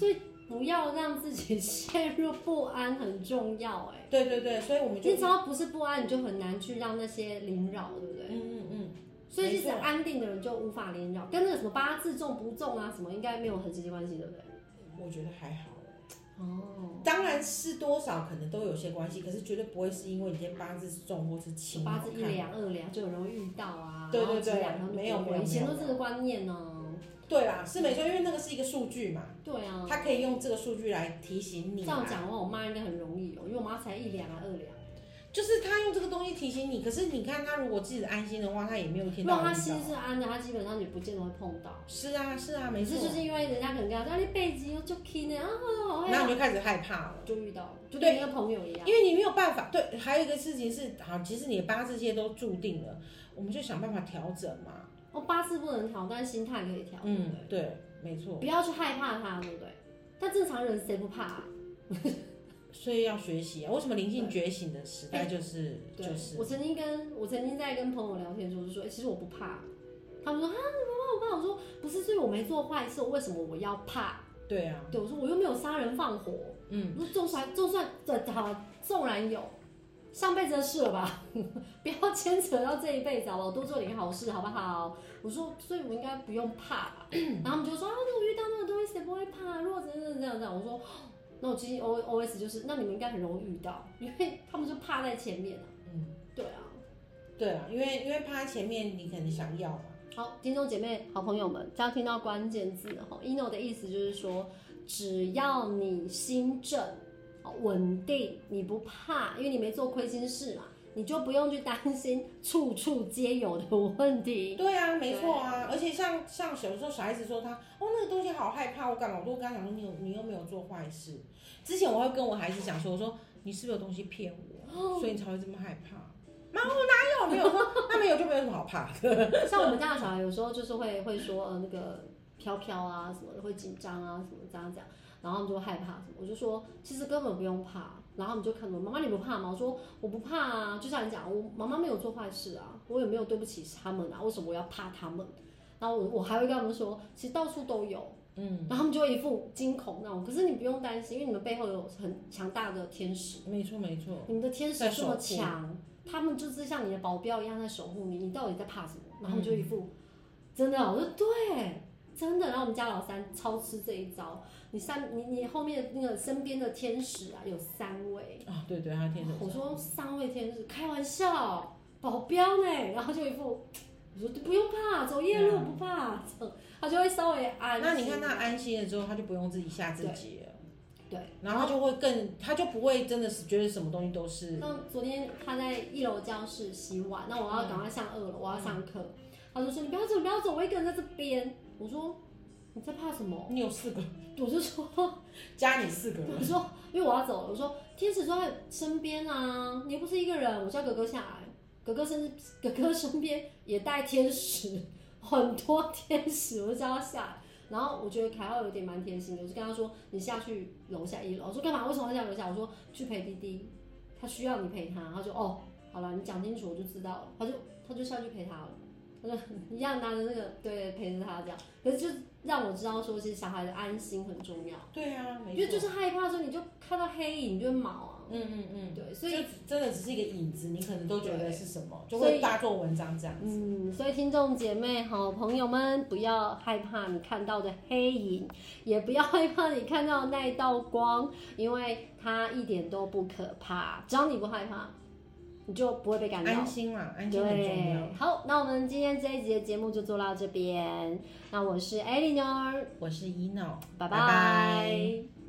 [SPEAKER 2] 不要让自己陷入不安很重要哎、
[SPEAKER 1] 对对对，所以我们就
[SPEAKER 2] 你只要不是不安，你就很难去让那些凌扰，对不对？
[SPEAKER 1] 嗯嗯嗯，
[SPEAKER 2] 所以
[SPEAKER 1] 没
[SPEAKER 2] 其实
[SPEAKER 1] 错
[SPEAKER 2] 安定的人就无法凌扰，跟那个什么八字重不重啊什么，应该没有很直接关系，对不对？
[SPEAKER 1] 嗯我觉得还好。
[SPEAKER 2] 哦，
[SPEAKER 1] 当然是多少可能都有些关系，可是绝对不会是因为你今天八字是重或是轻。
[SPEAKER 2] 八字一
[SPEAKER 1] 好看
[SPEAKER 2] 两二两就很容易遇到啊，
[SPEAKER 1] 对对
[SPEAKER 2] 然后几
[SPEAKER 1] 对
[SPEAKER 2] 两然后就
[SPEAKER 1] 没有
[SPEAKER 2] 不会
[SPEAKER 1] 没有
[SPEAKER 2] 以前
[SPEAKER 1] 没
[SPEAKER 2] 都
[SPEAKER 1] 有
[SPEAKER 2] 这个观念呢、
[SPEAKER 1] 对啦，是没错，因为那个是一个数据嘛。
[SPEAKER 2] 对啊，
[SPEAKER 1] 他可以用这个数据来提醒你
[SPEAKER 2] 这
[SPEAKER 1] 啊
[SPEAKER 2] 样
[SPEAKER 1] 嘛，
[SPEAKER 2] 讲的话，我妈应该很容易哦，因为我妈才一两啊二两，
[SPEAKER 1] 就是他用这个东西提醒你。可是你看他如果自己安心的话，他也没有一
[SPEAKER 2] 如
[SPEAKER 1] 天到
[SPEAKER 2] 果
[SPEAKER 1] 晚
[SPEAKER 2] 她
[SPEAKER 1] 遇到
[SPEAKER 2] 心是安的，她基本上也不见得会碰到。
[SPEAKER 1] 是啊是啊，没
[SPEAKER 2] 每
[SPEAKER 1] 错
[SPEAKER 2] 次。就是因为人家可能跟她说，啊你背脊又就 k 呢，啊，好害
[SPEAKER 1] 然后你
[SPEAKER 2] 怕
[SPEAKER 1] 就开始害怕了，
[SPEAKER 2] 就遇到了，就
[SPEAKER 1] 对
[SPEAKER 2] 跟一个朋友一样。
[SPEAKER 1] 因为你没有办法。对，还有一个事情是，好，其实你的八字这些都注定了，我们就想办法调整嘛。
[SPEAKER 2] 哦，八字不能调，但是心态可以调，对不
[SPEAKER 1] 嗯
[SPEAKER 2] 对，
[SPEAKER 1] 对，没错。
[SPEAKER 2] 不要去害怕它，对不对？但正常人谁不怕、啊？
[SPEAKER 1] 所以要学习啊，为什么灵性觉醒的时代就是
[SPEAKER 2] 哎对，
[SPEAKER 1] 就是
[SPEAKER 2] 我曾经跟我曾经在跟朋友聊天的时候就说，欸其实我不怕。他们说啊，你不怕不怕？我说不是，所以我没做坏事，我为什么我要怕？
[SPEAKER 1] 对啊，
[SPEAKER 2] 对我说我又没有杀人放火，
[SPEAKER 1] 嗯，
[SPEAKER 2] 我说就算就算这好了，纵然有上辈子的事了吧，不要牵扯到这一辈子好不好？多做点好事好不好？我说，所以我应该不用怕 吧？然后他们就说啊，那我遇到那个东西谁不会怕？啊如果怎样怎样怎样怎样，我说。那我最近 O O S 就是，那你们应该很容易遇到，因为他们就怕在前面啊。
[SPEAKER 1] 嗯，
[SPEAKER 2] 对啊。
[SPEAKER 1] 对啊，因为因为怕前面你可能想要啊嘛，
[SPEAKER 2] 好，听众姐妹、好朋友们，这样听到关键字哈，ino 的意思就是说，只要你心正、哦稳定，你不怕，因为你没做亏心事嘛，你就不用去担心处处皆有的问题。
[SPEAKER 1] 对啊，没错啊，而且像像有时候小孩子说他哦那个东西好害怕，我干嘛？我都跟他讲说你有你又没有做坏事。之前我会跟我孩子讲说，我说你是不是有东西骗我，所以你才会这么害怕？妈，我哪有？没有我说那没有就没有什么好怕的。
[SPEAKER 2] 像我们家的小孩有时候就是会会说呃那个飘飘啊什么的，会紧张啊什么这样这样，然后他们就会害怕什么，我就说其实根本不用怕，然后他们就看着我妈妈你不怕吗？我说我不怕啊，就像你讲，我妈妈没有做坏事啊，我也没有对不起他们啊，为什么我要怕他们？然后我我还会跟他们说，其实到处都有，
[SPEAKER 1] 嗯，
[SPEAKER 2] 然后他们就会一副惊恐那种，可是你不用担心，因为你们背后有很强大的天使。
[SPEAKER 1] 没错没错，
[SPEAKER 2] 你的天使
[SPEAKER 1] 嗯在
[SPEAKER 2] 这
[SPEAKER 1] 守
[SPEAKER 2] 么
[SPEAKER 1] 护
[SPEAKER 2] 强，他们就是像你的保镖一样在守护你，你到底在怕什么？然后就一
[SPEAKER 1] 嗯
[SPEAKER 2] 副、真的啊，我说对，真的。然后我们家老三超吃这一招，你三你你后面那个身边的天使啊有三位，
[SPEAKER 1] 啊对对，他天生
[SPEAKER 2] 我说三位天使开玩笑，保镖呢？然后就一副我说不用怕，走夜路不怕，这样他就会稍微安心。
[SPEAKER 1] 啊那你看他安心了之后，他就不用自己吓自己了。
[SPEAKER 2] 对，
[SPEAKER 1] 然后就会更，他就不会真的是觉得什么东西都是，
[SPEAKER 2] 那昨天他在一楼教室洗碗，那我要赶快上二楼，我要上课。他就说：“你不要走，你不要走，我一个人在这边。”我说：“你在怕什么
[SPEAKER 1] 你有四个，？”
[SPEAKER 2] 我就说：“
[SPEAKER 1] 加你四个人，
[SPEAKER 2] 我说，因为我要走了。”我说：“天使就在身边啊，你又不是一个人。”我叫哥哥下来，哥哥身哥哥身边也带天使，很多天使，我就叫他下来。然后我觉得凯奥有点蛮贴心的，我就跟他说：“你下去楼下一楼。”我说：“干嘛？为什么要下楼下？”我说：“去陪弟弟，他需要你陪他。”他就哦，好了，你讲清楚我就知道了。他就他就下去陪他了，他就一样拿着那个对陪着他这样。可是就让我知道说，其实小孩的安心很重要，
[SPEAKER 1] 对啊，没
[SPEAKER 2] 因为
[SPEAKER 1] 错，
[SPEAKER 2] 就是害怕的时候，你就看到黑影你就会毛啊，
[SPEAKER 1] 嗯嗯嗯。
[SPEAKER 2] 对，所以。
[SPEAKER 1] 就真的只是一个影子，你可能都觉得是什么，就
[SPEAKER 2] 所
[SPEAKER 1] 会
[SPEAKER 2] 以
[SPEAKER 1] 大做文章这样子。
[SPEAKER 2] 嗯，所以听众姐妹、好朋友们，不要害怕你看到的黑影，也不要害怕你看到的那一道光，因为它一点都不可怕。只要你不害怕，你就不会被干扰
[SPEAKER 1] 安。心啦，安心很重要。
[SPEAKER 2] 对，好，那我们今天这一集的节目就做到这边。那我是 Eleanor，
[SPEAKER 1] 我是一闹，
[SPEAKER 2] 拜
[SPEAKER 1] 拜拜
[SPEAKER 2] 拜